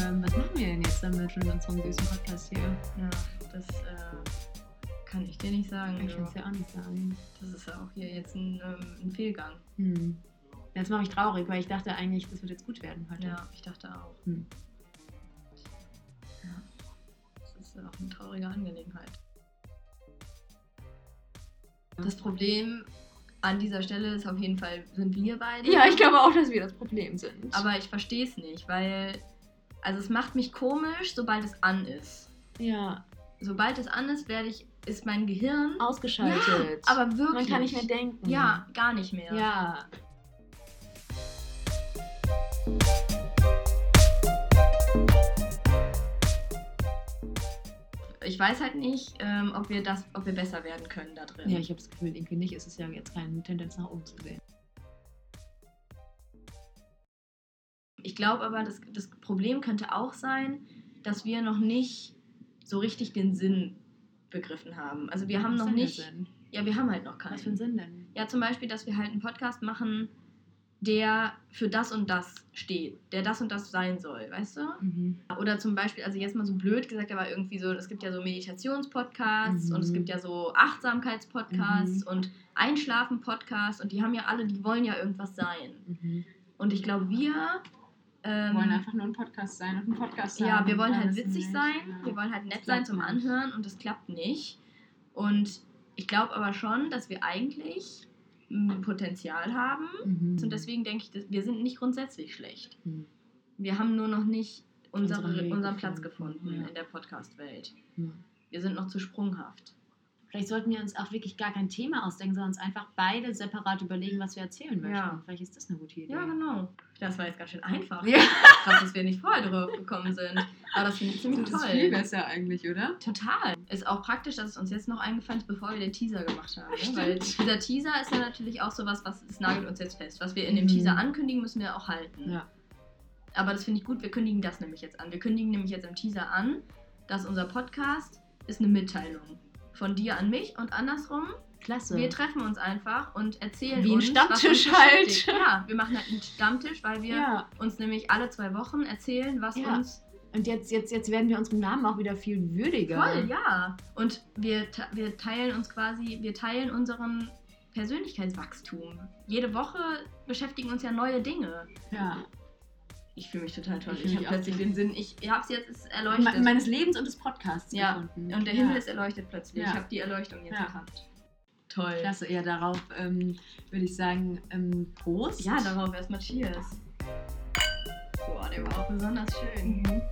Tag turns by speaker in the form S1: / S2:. S1: Ähm, was machen wir denn jetzt damit mit unserem süßen Podcast hier?
S2: Ja, das äh, kann ich dir nicht sagen.
S1: Ich kann
S2: du.
S1: es ja auch nicht sagen.
S2: Das ist ja auch hier jetzt ein, ähm, ein Fehlgang.
S1: Hm. Jetzt mache ich traurig, weil ich dachte eigentlich, das wird jetzt gut werden heute.
S2: Ja, ich dachte auch.
S1: Hm.
S2: Ja. Das ist ja auch eine traurige Angelegenheit. Das Problem an dieser Stelle ist auf jeden Fall, sind wir beide.
S3: Ja, ich glaube auch, dass wir das Problem sind.
S2: Aber ich verstehe es nicht, weil. Also, es macht mich komisch, sobald es an ist.
S3: ja,
S2: Sobald es an ist, werde ich. Ist mein Gehirn.
S3: ausgeschaltet.
S2: Aber
S3: man
S2: wirklich.
S3: kann nicht mehr denken.
S2: Ja, gar nicht mehr.
S1: Ja.
S2: Ich weiß halt nicht, ähm, ob wir das, ob wir besser werden können da drin.
S1: Ja, ich habe das Gefühl, irgendwie nicht. Es ist ja jetzt keine Tendenz nach oben zu sehen.
S2: Ich glaube aber, das, das Problem könnte auch sein, dass wir noch nicht so richtig den Sinn begriffen haben. Also wir haben
S1: Was
S2: noch
S1: denn der
S2: nicht.
S1: Sinn?
S2: Ja, wir haben halt noch
S1: Was für einen
S2: keinen.
S1: Sinn denn?
S2: Ja, zum Beispiel, dass wir halt einen Podcast machen, der für das und das steht, der das und das sein soll, weißt du?
S1: Mhm.
S2: Oder zum Beispiel, also jetzt mal so blöd gesagt, aber irgendwie so, es gibt ja so Meditationspodcasts
S1: Mhm.
S2: und es gibt ja so Achtsamkeitspodcasts
S1: Mhm.
S2: und Einschlafen-Podcasts und die haben ja alle, die wollen ja irgendwas sein.
S1: Mhm.
S2: Und ich glaube, wir ähm,
S4: Wir wollen einfach nur ein Podcast sein und ein Podcast sein.
S2: Ja, wir wollen
S4: Wir
S2: halt
S4: wissen
S2: witzig
S4: nicht,
S2: sein,
S4: ja.
S2: wir wollen halt nett
S4: klappt
S2: sein zum
S4: nicht.
S2: Anhören und das klappt nicht. Und ich glaube aber schon, dass wir eigentlich m, Potenzial haben.
S1: Mhm.
S2: Und deswegen denke ich, dass wir sind nicht grundsätzlich schlecht.
S1: Mhm.
S2: Wir haben nur noch nicht unsere,
S1: Unseren Weg
S2: unseren Platz
S1: gefunden,
S2: gefunden
S1: ja.
S2: in der Podcast-Welt.
S1: Mhm.
S2: Wir sind noch zu sprunghaft.
S1: Vielleicht sollten wir uns auch wirklich gar kein Thema ausdenken, sondern uns einfach beide separat überlegen, was wir erzählen möchten.
S2: Ja.
S1: Vielleicht ist das eine gute Idee.
S2: Ja, genau. Das war jetzt ganz schön einfach.
S1: Ja.
S2: Krass, dass wir nicht vorher drauf gekommen sind. Aber das finde ich ziemlich
S4: Das ist
S2: toll.
S4: viel besser eigentlich, oder?
S2: Total. Ist auch praktisch, dass es uns jetzt noch eingefallen ist, bevor wir den Teaser gemacht haben. Ne?
S4: Stimmt.
S2: Weil dieser Teaser ist ja natürlich auch sowas, was es nagelt uns jetzt fest. Was wir in dem
S1: Mhm.
S2: Teaser ankündigen, müssen wir auch halten.
S1: Ja.
S2: Aber das finde ich gut, wir kündigen das nämlich jetzt an. Wir kündigen nämlich jetzt im Teaser an, dass unser Podcast ist eine Mitteilung. Von dir an mich und andersrum.
S1: Klasse.
S2: Wir treffen uns einfach und erzählen
S3: Wie ein
S2: uns. was uns
S3: Stammtisch halt.
S2: beschäftigt. Ja, wir machen halt einen Stammtisch, weil wir
S3: ja.
S2: uns nämlich alle zwei Wochen erzählen, was
S1: Ja.
S2: uns
S1: Und jetzt, jetzt, jetzt werden wir unserem Namen auch wieder viel würdiger.
S2: Voll, ja. Und wir, te- wir teilen uns quasi, wir teilen unseren Persönlichkeitswachstum. Jede Woche beschäftigen uns ja neue Dinge.
S1: Ja.
S2: Ich fühle mich total toll.
S4: Ich
S2: Ich,
S4: mich
S2: habe
S4: auch
S2: plötzlich
S4: toll.
S2: den Sinn, ich, ich habe es jetzt ist erleuchtet.
S4: Me meines Lebens und des Podcasts
S2: Ja.
S4: gefunden.
S2: und der
S4: Ja.
S2: Himmel ist erleuchtet plötzlich.
S4: Ja.
S2: Ich habe die Erleuchtung jetzt
S4: Ja.
S2: gehabt. Toll.
S4: Klasse, ja, darauf ähm, würde ich sagen, ähm, Prost.
S2: Ja, darauf erstmal Cheers. Boah, der war auch besonders schön.
S4: Mhm.